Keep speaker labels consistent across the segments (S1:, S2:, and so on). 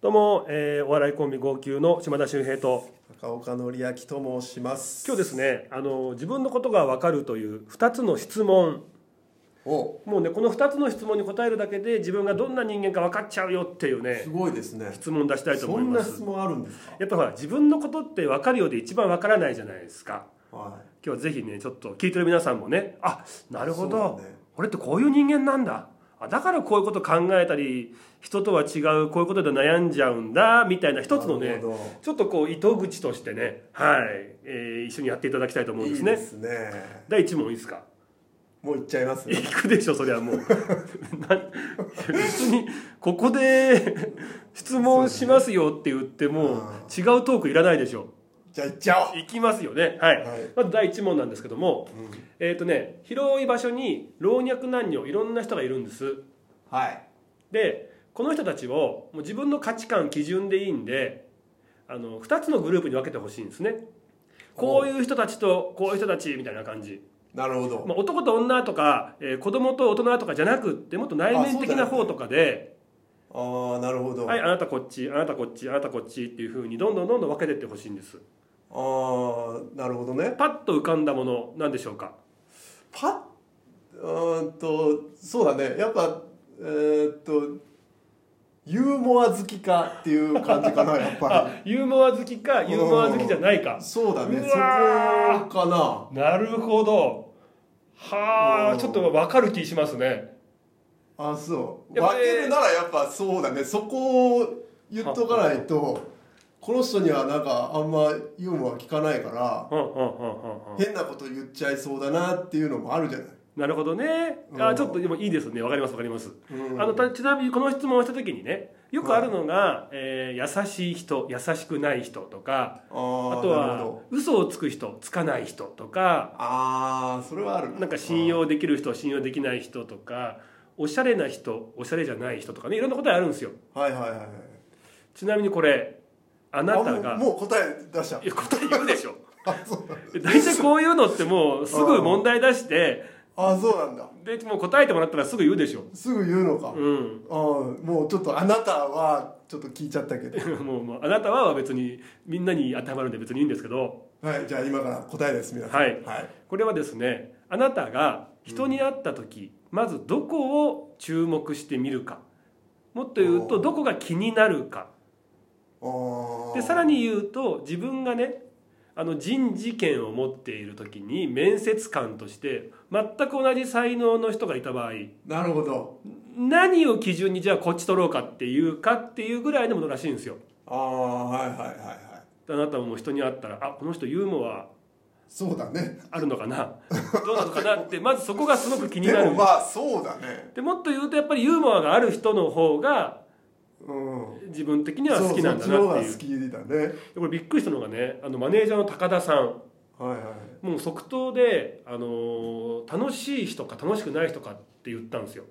S1: どうも、えーお笑いコンビ号泣の島田秀平と
S2: 高岡典明と申します
S1: 今日ですねあの自分のことが分かるという2つの質問
S2: お
S1: もうねこの2つの質問に答えるだけで自分がどんな人間か分かっちゃうよっていうね
S2: すごいですね
S1: 質問出したいと
S2: そ
S1: 思い
S2: ん
S1: ま
S2: な
S1: す
S2: 質問あるんですか
S1: やっぱほら自分のことって分かるようで一番分からないじゃないですか
S2: は
S1: 今日はぜひねちょっと聞いてる皆さんもねあなるほ
S2: そう
S1: ど、
S2: だね
S1: 俺ってこういう人間なんだあだからこういうこと考えたり人とは違うこういうことで悩んじゃうんだみたいない一つの
S2: な
S1: ね
S2: るほ
S1: ちょっとこう糸口としてねはい、えー一緒にやっていただきたいと思
S2: ど
S1: うんで
S2: いい
S1: すね
S2: ですね
S1: 第1問いいですか
S2: もう行っちゃいます
S1: 行くでしょそれは もうな別にここで 質問しますよって言っても違うトークいらないでしょ
S2: じゃあ行っちゃおう
S1: 行きますよねはい、
S2: はい
S1: まず第1問なんですけども、えっ、とね広い場所に老若男女いろんな人がいるんです
S2: はい
S1: でこの人たちをもう自分の価値観基準でいいんであの2つのグループに分けてほしいんですねこういう人たちとこういう人たちみたいな感じ、
S2: なるほど
S1: まあ、男と女とか、えー子供と大人とかじゃなくってもっと内面的な方とかで、
S2: ああなるほど、
S1: はい
S2: あ
S1: あなたこっちあなたこっちあなたこっちっていうふうにどんどんどんどん分けていってほしいんです
S2: あなるほどね
S1: パッと浮かんだものなんでしょうか
S2: パッうーんとそうだねやっぱえー、っとユーモア好きかっていう感じかな やっぱ
S1: あユーモア好きかユーモア好きじゃないか
S2: りそうだね
S1: う
S2: そこ
S1: わー
S2: かな
S1: なるほどはあ
S2: うん
S1: ちょっと分かる気しますね
S2: あそう
S1: やっぱ
S2: 分けるならやっぱそうだねそこを言っとかないとこの人にはなんかあんまユーモア聞かないから
S1: うんうんうんうんうん
S2: 変なこと言っちゃいそうだなっていうのもあるじゃない、
S1: なるほどね
S2: う
S1: あ
S2: ん
S1: ちょっとでもいいですねわかりますわかります、
S2: うん
S1: あのたちなみにこの質問をした時にねよくあるのが、えー優しい人優しくない人とか
S2: あー
S1: あと
S2: なるほ
S1: は
S2: ど
S1: 嘘をつく人つかない人とか
S2: あーそれはある
S1: なんか信用できる人信用できない人とかおしゃれな人おしゃれじゃない人とかねいろんな答えあるんですよ
S2: あーはいはいはいはい
S1: ちなみにこれあなた
S2: あ
S1: が
S2: もうもう答え出した
S1: いや答え言うでしょ
S2: あそうなんだ
S1: 大体こういうのってもうすぐ問題出して
S2: あそうなんだ
S1: でもう答えてもらったらすぐ言うでしょ
S2: すぐ言うのか、
S1: うん
S2: あーもうちょっとあなたはちょっと聞いちゃったけど
S1: もうもうあなたは別にみんなに当てはまるんで別にいいんですけど
S2: はいじゃあ今から答えです皆さん
S1: はい
S2: はい、
S1: これはですねあなたが人に会った時、まずどこを注目してみるかもっと言うと
S2: おー
S1: どこが気になるか
S2: あー
S1: でさらに言うと自分がねあの人事権を持っている時に面接官として全く同じ才能の人がいた場合
S2: なるほど
S1: 何を基準にじゃあこっち取ろうかっていうかっていうぐらいのものらしいんですよ。
S2: ああはいはいはいはい
S1: あなたも人に会ったらあこの人ユーモア
S2: そうだね
S1: あるのかなどうなのかなってまずそこがすごく気に
S2: で
S1: な
S2: も
S1: る
S2: まあそうだね
S1: でもっと言うとやっぱりユーモアがある人の方が
S2: うん
S1: 自分的には
S2: そう
S1: 好きなんだ
S2: そっちの
S1: な
S2: 方が
S1: っていう
S2: 好きだね
S1: でこれびっくりしたのがねあのマネージャーの高田さん
S2: はいはい
S1: もう即答で、あのー楽しい人か楽しくない人かって言ったんですよ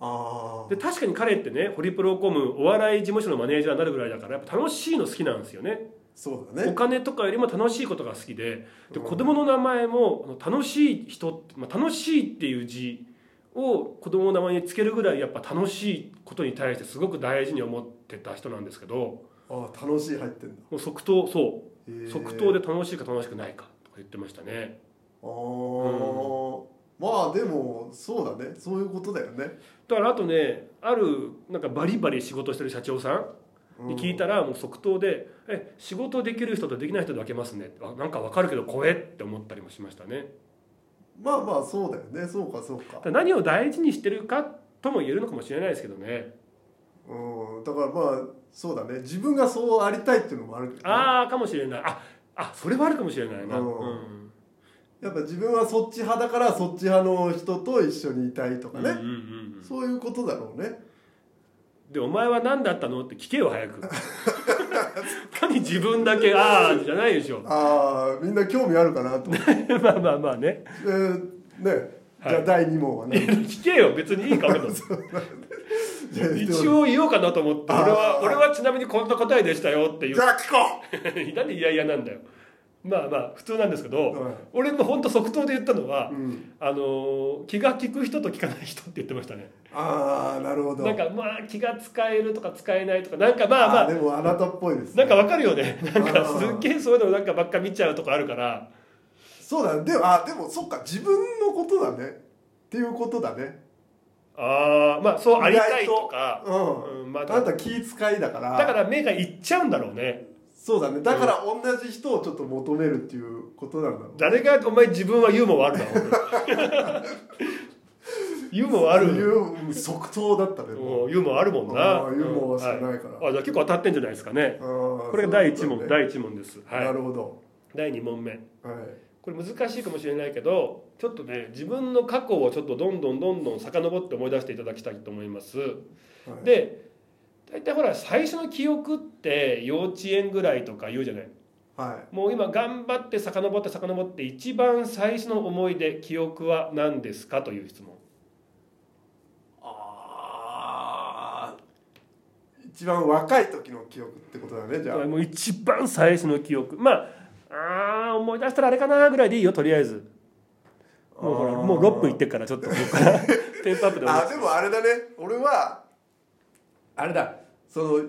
S2: あ
S1: で確かに彼ってねホリプロコムお笑い事務所のマネージャーになるぐらいだからやっぱ楽しいの好きなんですよね
S2: そうだ
S1: お
S2: ね
S1: 金とかよりも楽しいことが好きでで
S2: うん
S1: 子供の名前もあの楽しい人って、まあ、楽しいっていう字を子供の名前につけるぐらいやっぱ楽しいことに対してすごく大事に思ってた人なんですけども
S2: ああ楽しい入ってんだ
S1: う即答そう
S2: へー
S1: 即答で楽しいか楽しくないかとか言ってましたね
S2: ああ、まあでもそうだねそういうことだよね
S1: だからあとねあるなんかバリバリ仕事してる社長さんに聞いたらもう即答で「え仕事できる人とできない人で分けますね」あなんか分かるけど怖えって思ったりもしましたね
S2: まあまあそうだよねそうかそうか
S1: ただ何を大事にしてるかとも言えるのかもしれないですけどね
S2: うんだからまあそうだね自分がそうありたいっていうのもあるけどね
S1: ああかもしれないああそれはあるかもしれないな、う
S2: うんんやっぱ自分はそっち派だからそっち派の人と一緒にいたいとか
S1: うんうんう
S2: ね、
S1: ん
S2: そういうことだろうね
S1: で「お前は何だったの?」って聞けよ早く 何自分だけ「ああ」じゃないでしょ
S2: ああみんな興味あるかなと
S1: まあまあまあね
S2: えーね、
S1: はい
S2: じゃあ第2問はね
S1: 聞けよ別にいいか 俺の
S2: じゃあ
S1: 一応言おうかなと思って俺は俺はちなみにこんな答えでしたよって言
S2: じゃあ聞こ
S1: うなんで嫌々なんだよまあまあ普通なんですけど、
S2: はい
S1: 俺も本当即答で言ったのは、
S2: うん
S1: あのー気が利く人と利かない人って言ってましたね
S2: ああなるほど
S1: なんかまあ気が使えるとか使えないとかなんかまあまあ
S2: でもあなたっぽいです、
S1: な
S2: ね、
S1: んかわかるよねなん
S2: あ
S1: か
S2: ー
S1: すっげえそういうのなんかばっか見ちゃうとこあるから
S2: そうだねでもあでもそっか自分のことだねっていうことだね
S1: ああまあそうありたいとか
S2: う
S1: う
S2: ん、
S1: んまあ
S2: あなた気遣いだから
S1: だから目がいっちゃうんだろうね
S2: そうだねだから同じ人をちょっと求めるっていうことなんだろう
S1: 誰がお前自分はユーモアある だろユーモアあ
S2: い
S1: る
S2: ううん即答だったね
S1: もうユーモアあるもんな
S2: あーユーモアしかないから
S1: うんはいあじゃあ結構当たってんじゃないですかね
S2: こ
S1: これが第1問、第1問ですは
S2: ないるほど
S1: 第2問目
S2: はい
S1: これ難しいかもしれないけどちょっとね自分の過去をちょっとどんどんどんどん遡って思い出していただきたいと思います、
S2: はい
S1: で大体ほら最初の記憶って幼稚園ぐらいとか言うじゃない
S2: は
S1: もう今頑張って遡って遡って一番最初の思い出記憶は何ですかという質問
S2: いあー一番若い時の記憶ってことだねじゃあ
S1: もう一番最初の記憶まああー思い出したらあれかなぐらいでいいよとりあえずもうほら
S2: あー
S1: もう6分いってっからちょっとここからテンポアップでお願いし
S2: あでもあれだね俺はあれだその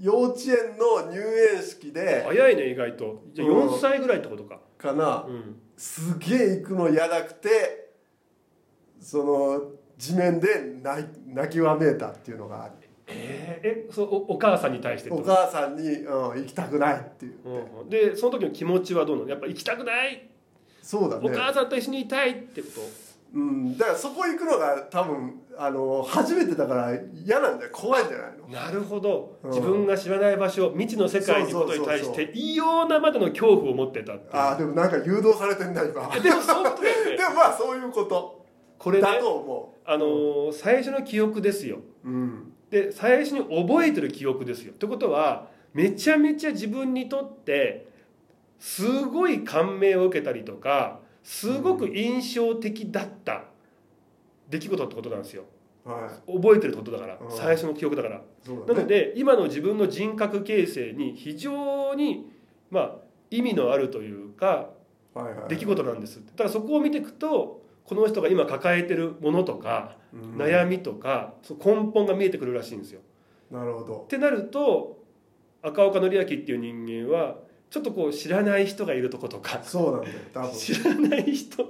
S2: 幼稚園の入園式
S1: ます
S2: で
S1: 早いね意外とじゃあ
S2: うん
S1: 4歳ぐらいってことか
S2: かな
S1: うん
S2: すげえ行くの嫌なくてその地面で泣い泣きわめいたっていうのがある
S1: えーえそうおお母さんに対してって
S2: お
S1: こ
S2: 母さんに、うん、行きたくないっていう、
S1: とうんうんでその時の気持ちはどうなのやっぱ行きたくない
S2: そうだ
S1: お
S2: ね、
S1: 母さんと一緒にいたいってこと
S2: うん、だからそこ行くのが多分あの初めてだから嫌なんだよ怖いんじゃないの
S1: なるほど、
S2: うん
S1: 自分が知らない場所未知の世界にことに対
S2: そう
S1: し
S2: そう
S1: て異様なまでの恐怖を持ってたっていう
S2: あーでもなんか誘導されてんだ今
S1: え
S2: で
S1: でもそういうことだよね
S2: もまあそういうこと
S1: これね
S2: だと思
S1: あのー最初の記憶ですよ
S2: ううん
S1: で最初に覚えてる記憶ですよってことはめちゃめちゃ自分にとってすごい感銘を受けたりとかすごく印象的だった出来事ってことなんですよ
S2: はい
S1: 覚えてるってことだから
S2: うん
S1: 最初の記憶だから
S2: そう
S1: な
S2: だ
S1: の
S2: ね
S1: で今の自分の人格形成に非常にまあ意味のあるというか
S2: はいはい
S1: 出来事なんですだからそこを見ていくとこの人が今抱えてるものとか
S2: うん
S1: 悩みとかその根本が見えてくるらしいんですよ
S2: なるほど
S1: ってなると赤岡典明っていう人間はちょっとこう知らない人がいるとことか
S2: そうなんだよ多分
S1: 知らない人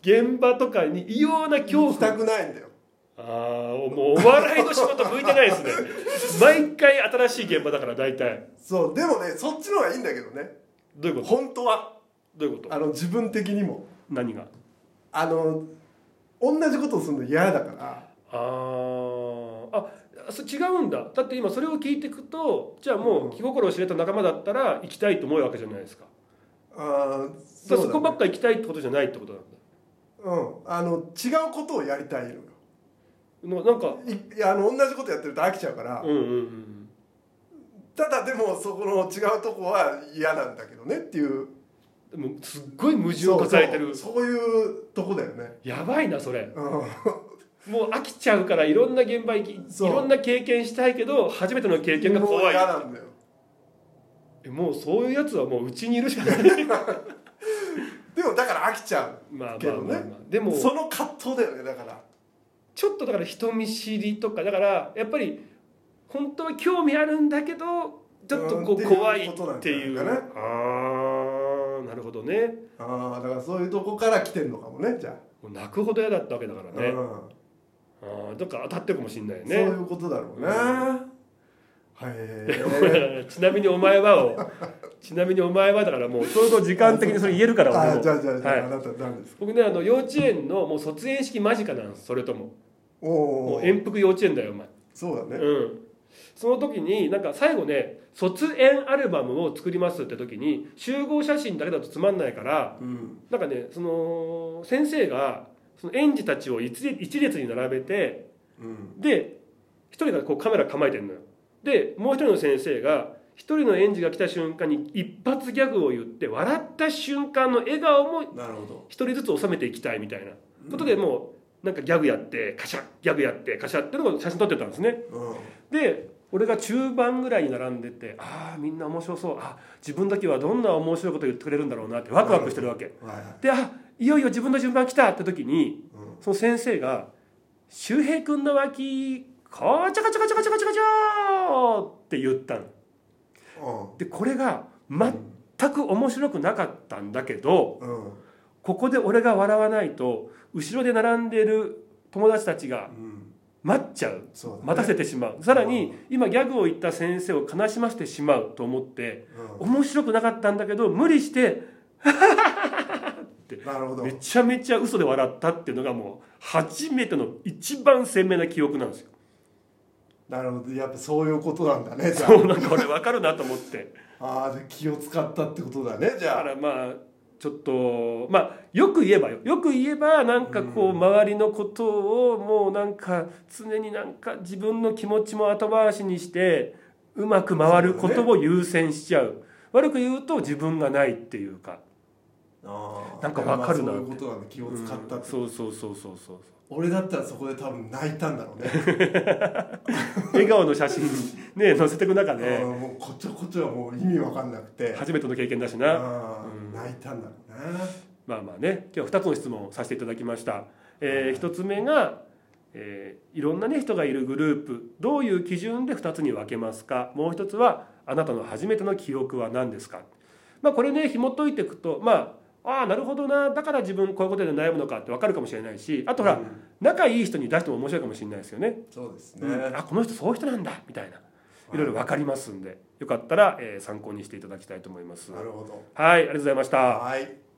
S1: 現場とかに異様な恐
S2: 行きた
S1: 怖
S2: くないんだよ
S1: ああもうお笑いの仕事向いてないですね毎回新しい現場だから大体
S2: そうでもねそっちの方がいいんだけどね
S1: どういうこと
S2: 本当は
S1: どういうこと
S2: あの自分的にも
S1: 何が
S2: あの同じことをするの嫌だから
S1: あーあそ違うんだだって今それを聞いていくとじゃあもう気心を知れた仲間だったら行きたいと思うわけじゃないですか
S2: あー
S1: そ
S2: そうだね
S1: そこばっか行きたいってことじゃないってことなんだ
S2: うんあの違うことをやりたいのよ
S1: のなんか
S2: いいやあの同じことやってると飽きちゃうから
S1: うんうんうん
S2: ただでもそこの違うとこは嫌なんだけどねっていう
S1: でもすっごい矛盾を抱えてる
S2: そうそうそういうとこだよね
S1: やばいなそれ
S2: うん
S1: もう飽きちゃうからいろんな現場行きい
S2: そう
S1: ろんな経験したいけど初めての経験が
S2: もう
S1: 怖い
S2: 嫌なんだよ
S1: えもうそういうやつはもううちにいるしかない
S2: でもだから飽きちゃう
S1: まあまあ
S2: けど
S1: まあ、まあ
S2: ね
S1: でも
S2: その葛藤だよねだから
S1: ちょっとだから人見知りとかだからやっぱり本当は興味あるんだけどちょっとこ
S2: うんって
S1: う
S2: いう
S1: 怖い
S2: ことな
S1: っ
S2: ん
S1: て
S2: じゃない
S1: いう
S2: か
S1: あ
S2: な
S1: あなるほどね
S2: ああだからそういうとこから来てんのかもねじゃ
S1: もう泣くほど嫌だったわけだか
S2: あ、
S1: らね
S2: うん
S1: あーどっか当たってるかもしれないよ
S2: そう
S1: ね
S2: いうことだろう
S1: う
S2: ね、
S1: ん
S2: は い
S1: ちなみにお前はをちなみにお前はだからもうちょうど時間的にそれ言えるから
S2: あ
S1: 俺
S2: あ
S1: も
S2: じゃあじゃあじゃあ、
S1: はい
S2: あなた何ですか
S1: 僕ねあの幼稚園のもう卒園式間近なんですそれとも
S2: お
S1: も
S2: お
S1: う遠福幼稚園だよお前
S2: そうだね
S1: うんその時になんか最後ね卒園アルバムを作りますって時に集合写真だけだとつまんないから
S2: うん
S1: なんかねその先生がその園児たちを一列一列に並べて
S2: うん
S1: で一人がこうカメラ構えてんのよでもう一人の先生が一人の園児が来た瞬間に一発ギャグを言って笑った瞬間の笑顔も
S2: なるほど
S1: 一人ずつ収めていきたいみたいなことでもうなんかギャグやってカシャギャグやってカシャっていうのを写真撮ってたんですね
S2: うん
S1: で俺が中盤ぐらいに並んでてああみんな面白そうあ自分だけはどんな面白いこと言ってくれるんだろうなってワクワクしてるわけ
S2: はい
S1: であいよいよ自分の順番来たって時に
S2: う
S1: その先生が「周平君の脇こちゃかちゃかちゃかちゃかちゃかちゃ」って言ったの。でこれが全く面白くなかったんだけど
S2: うんうん
S1: ここで俺が笑わないと後ろで並んでいる友達たちが
S2: うん
S1: 待っちゃう
S2: そうだね
S1: 待たせてしまうさらに今ギャグを言った先生を悲しませてしまうと思って面白くなかったんだけど無理して
S2: うんなるほど
S1: めちゃめちゃ嘘で笑ったっていうのがもう初めての一番鮮明な記憶なんですよ
S2: なるほどやっぱそういうことなんだねじゃ
S1: そうなんか俺分かるなと思って
S2: ああーじゃあ気を使ったってことだねじ
S1: だか
S2: ゃ
S1: らまあちょっとまあよく言えばよよく言えばなんかこう周りのことをもうなんか常になんか自分の気持ちも後回しにしてうまく回ることを優先しちゃう悪く言うと自分がないっていうか
S2: ああー
S1: なんかわかるな
S2: まあそういうことなんだ気を使ったって
S1: そうそうそうそうそう
S2: 俺だったらそこで多分泣いたんだろうね
S1: 笑顔の写真ね載せてく中
S2: う
S1: で
S2: んもうこっちょこっちょはもう意味わかんなくて
S1: 初めての経験だし
S2: う
S1: な。
S2: ん泣いたんだろうな
S1: まあまあね今日は2つの質問をさせていただきました、え1つ目が、えーいろんな、ね、人がいるグループどういう基準で2つに分けますかもう1つはあなたの初めての記憶は何ですか、まあ、これね紐解いていくとまあああなるほどなだから自分こういうことで悩むのかって分かるかもしれないしあとほら、
S2: うん
S1: 仲いい人に出しても面白いかもしれないですよね
S2: そうですね、
S1: うんあこの人そういう人なんだみたいないろいろ分かりますんでよかったら、えー参考にしていただきたいと思います
S2: なるほど
S1: はいありがとうございました
S2: はい